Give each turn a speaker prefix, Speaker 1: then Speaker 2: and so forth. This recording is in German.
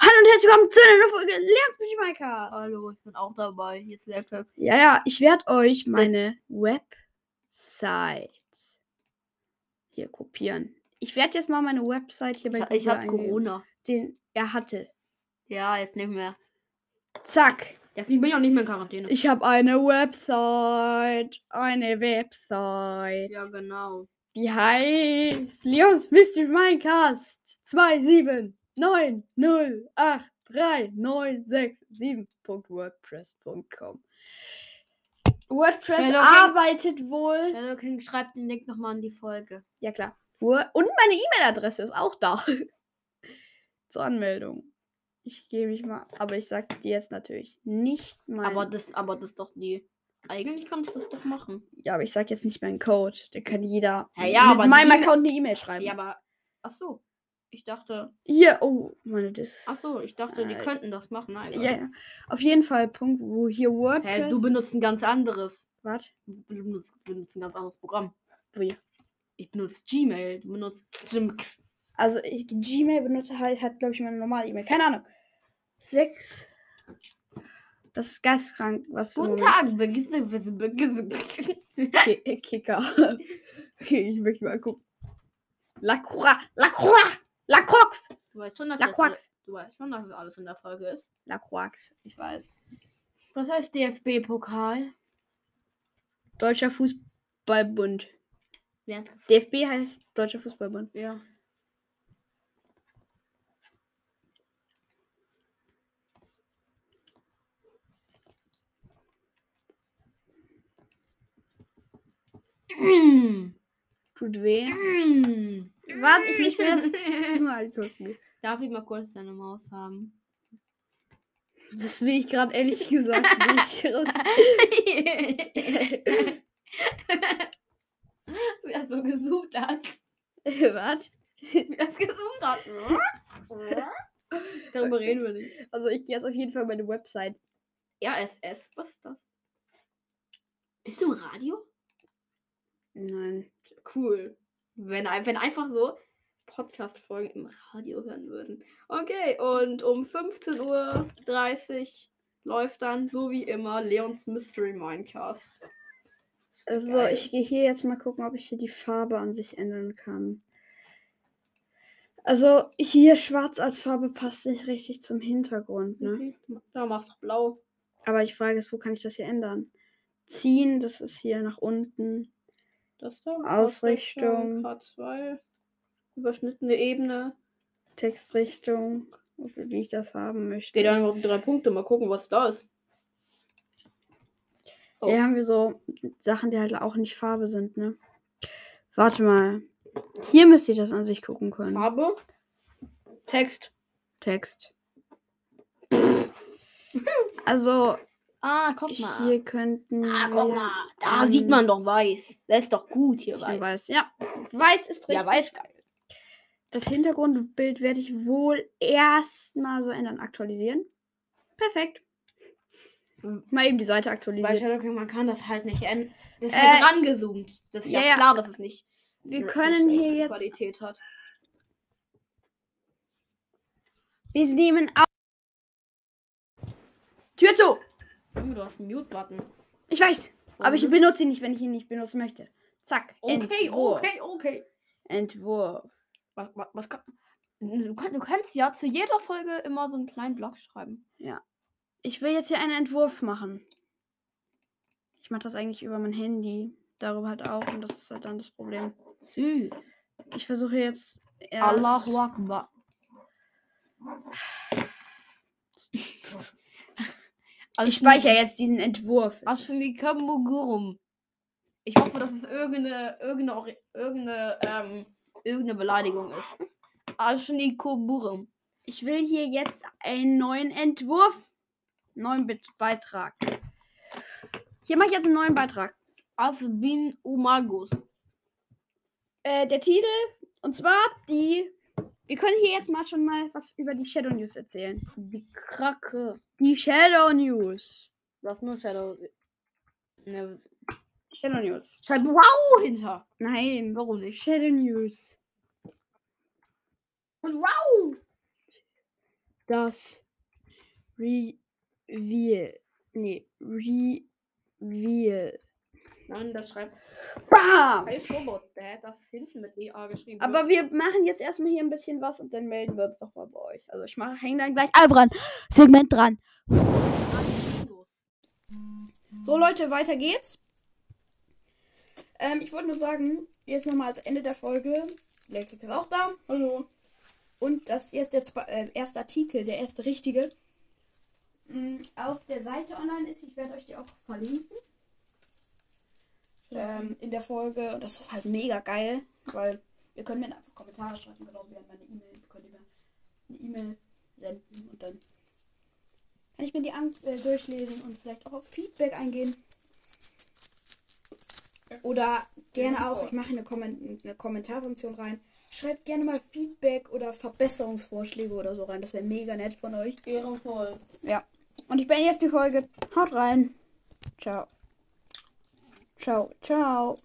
Speaker 1: herzlich willkommen zu einer neuen Folge Lernt mich Minecraft.
Speaker 2: Hallo, ich bin auch dabei. Hier ist Lehrkräfte.
Speaker 1: Ja, ja, ich werde euch meine Website hier kopieren. Ich werde jetzt mal meine Website hier bei
Speaker 2: Ich, ich habe
Speaker 1: eingeben,
Speaker 2: Corona.
Speaker 1: Den er hatte.
Speaker 2: Ja, jetzt nicht mehr.
Speaker 1: Zack.
Speaker 2: Jetzt bin ich auch nicht mehr in Quarantäne.
Speaker 1: Ich habe eine Website. Eine Website.
Speaker 2: ja, genau.
Speaker 1: Die heißt Leons Mystery Minecast 279083967.wordpress.com. WordPress
Speaker 2: Sherlock King-
Speaker 1: arbeitet wohl.
Speaker 2: Shadow King Also, schreibt den Link nochmal in die Folge.
Speaker 1: Ja, klar. Wo- Und meine E-Mail-Adresse ist auch da. Zur Anmeldung. Ich gebe ich mal. Aber ich sag dir jetzt natürlich nicht mein.
Speaker 2: Aber das, aber das doch die. Eigentlich kannst du das doch machen.
Speaker 1: ja, aber ich sag jetzt nicht meinen Code. Da kann jeder
Speaker 2: Ja, ja, aber
Speaker 1: mit
Speaker 2: die
Speaker 1: meinem
Speaker 2: E-Mail-
Speaker 1: Account eine E-Mail schreiben.
Speaker 2: Ja, aber. Ach so. Ich dachte.
Speaker 1: Hier, oh, meine das.
Speaker 2: Ach so, ich dachte, die
Speaker 1: Äh,
Speaker 2: könnten das machen. Nein.
Speaker 1: Ja, ja. Auf jeden Fall Punkt, wo hier WordPress.
Speaker 2: Hä, du benutzt ein ganz anderes.
Speaker 1: Warte.
Speaker 2: Du benutzt, benutzt ein ganz anderes Programm.
Speaker 1: Wie?
Speaker 2: Ich benutze Gmail. Du benutzt Jimx.
Speaker 1: Also ich, Gmail benutze halt, hat glaube ich meine normale E-Mail. Keine Ahnung. Sechs. Das ist geistkrank, was im
Speaker 2: Guten
Speaker 1: Moment-
Speaker 2: Tag. Begisse, begisse, begisse.
Speaker 1: Ki- äh, Kicker. Okay, ich möchte mal gucken. La Croix, La Croix, La Croix,
Speaker 2: Du weißt schon, dass
Speaker 1: La
Speaker 2: das
Speaker 1: Croix.
Speaker 2: alles- Du weißt schon, dass das alles in der Folge ist.
Speaker 1: La Croix, ich weiß.
Speaker 2: Was heißt DFB-Pokal?
Speaker 1: Deutscher Fußballbund.
Speaker 2: Wer hat
Speaker 1: DFB heißt Deutscher Fußballbund.
Speaker 2: Ja. Mm,
Speaker 1: Tut weh.
Speaker 2: mm.
Speaker 1: Warte, ich muss mir das mal angucken.
Speaker 2: Darf ich mal kurz deine Maus haben?
Speaker 1: Das will ich gerade ehrlich gesagt nicht. Das-
Speaker 2: Wer so gesucht hat.
Speaker 1: Warte.
Speaker 2: Wer das gesucht hat. Darüber reden wir nicht.
Speaker 1: Also ich gehe jetzt auf jeden Fall meine Website.
Speaker 2: RSS, was ist das? Bist du im Radio?
Speaker 1: Nein.
Speaker 2: Cool. Wenn, ein- wenn einfach so Podcast-Folgen im Radio hören würden. Okay, und um 15.30 Uhr läuft dann, so wie immer, Leons Mystery Minecast. Ist
Speaker 1: Also
Speaker 2: geil.
Speaker 1: ich gehe hier jetzt mal gucken, ob ich hier die Farbe an sich ändern kann. Also hier schwarz als Farbe passt nicht richtig zum Hintergrund, ne?
Speaker 2: Okay, da machst du blau.
Speaker 1: Aber die Frage ist, wo kann ich das hier ändern? Ziehen, das ist hier nach unten.
Speaker 2: Das da.
Speaker 1: Ausrichtung.
Speaker 2: K2. Überschnittene Ebene.
Speaker 1: Textrichtung, ob- wie ich das haben möchte.
Speaker 2: Geht einfach die drei Punkte. Mal gucken, was da ist. Oh.
Speaker 1: Hier haben wir so Sachen, die halt auch nicht Farbe sind, ne? Warte mal. Hier müsste ich das an sich gucken können.
Speaker 2: Farbe. Text.
Speaker 1: Text. Also,
Speaker 2: Ah, guck
Speaker 1: hier könnten.
Speaker 2: Ah,
Speaker 1: wir-
Speaker 2: guck mal, da sieht
Speaker 1: Ähm,
Speaker 2: man doch weiß. Das ist doch gut hier
Speaker 1: Ich weiß. weiß.
Speaker 2: weiß.
Speaker 1: Ja, weiß ist richtig.
Speaker 2: Ja, weiß geil.
Speaker 1: Das Hintergrundbild werde ich wohl erstmal so ändern. Aktualisieren. Perfekt.
Speaker 2: Mhm.
Speaker 1: Mal eben die Seite
Speaker 2: Bei
Speaker 1: aktualisieren.
Speaker 2: Shadow King, man kann das halt nicht ändern. Das ist
Speaker 1: Äh,
Speaker 2: halt rangezoomt. Das ist ja,
Speaker 1: ja, ja.
Speaker 2: klar, dass es nicht.
Speaker 1: Wir
Speaker 2: dass es
Speaker 1: können
Speaker 2: schlechte
Speaker 1: hier jetzt.
Speaker 2: Qualität hat.
Speaker 1: Wir nehmen auf. Tür zu!
Speaker 2: Junge, Oh, du hast einen Mute-Button.
Speaker 1: Ich weiß, aber ich benutze ihn nicht, wenn ich ihn nicht benutzen möchte. Zack.
Speaker 2: Mhm. Okay,
Speaker 1: Entwurf.
Speaker 2: okay, okay.
Speaker 1: Entwurf.
Speaker 2: Was, was, was kann, du, kann, du kannst ja zu jeder Folge immer so einen kleinen Blog schreiben.
Speaker 1: Ich will jetzt hier einen Entwurf machen. Ich mache das eigentlich über mein Handy. Darüber halt auch. Und das ist halt dann das Problem.
Speaker 2: Sü.
Speaker 1: Ich versuche jetzt. erst-
Speaker 2: Allahu Akbar. Also
Speaker 1: Ich speichere jetzt diesen Entwurf. Es-
Speaker 2: Ashlikamugurum. Ich hoffe, dass es irgendeine, irgendeine, Ori- irgendeine, ähm, irgendeine Beleidigung ist. Ashnikoburum.
Speaker 1: Ich will hier jetzt einen neuen Entwurf. Neuen Bit Beitrag. Hier mache ich jetzt einen neuen Beitrag.
Speaker 2: Asbin Umagus.
Speaker 1: Äh, der Titel. Und zwar die. Wir können hier jetzt mal schon mal was über die Shadow News erzählen.
Speaker 2: Die Krake.
Speaker 1: Die Shadow News.
Speaker 2: Was nur Shadow. Ne,
Speaker 1: Shadow News.
Speaker 2: Schreib Wow hinter.
Speaker 1: Nein.
Speaker 2: Warum nicht?
Speaker 1: Shadow News.
Speaker 2: Und Wow!
Speaker 1: Das Reveal. Nee, Reveal.
Speaker 2: Nein, da schreibt.
Speaker 1: Bam!
Speaker 2: Hey, Robot, der hat das hinten mit EA geschrieben.
Speaker 1: Ah. Aber wir machen jetzt erstmal hier ein bisschen was und dann melden wir uns nochmal bei euch. Also ich hänge dann gleich ab dran. Segment dran. So Leute, weiter geht's. Ähm, ich wollte nur sagen, jetzt nochmal als Ende der Folge. Elektrik ist auch da. Hallo. Und das hier ist der zwe- äh, erste Artikel, der erste richtige. Mm, Auf der Seite online ist, ich werde euch die auch verlinken. Ähm, in der Folge. Und das ist halt mega geil, weil ihr könnt mir einfach Kommentare schreiben, genauso wie an meine E-Mail. Ihr könnt mir eine E-Mail senden und dann kann ich mir die an äh, durchlesen und vielleicht auch auf Feedback eingehen. Oder gerne auch, ich mache eine, Komment eine Kommentarfunktion rein. Schreibt gerne mal Feedback oder Verbesserungsvorschläge oder so rein. Das wäre mega nett von euch.
Speaker 2: Ehrenvoll.
Speaker 1: Ja. Und ich beende jetzt die Folge. Haut rein. Ciao. Ciao, ciao.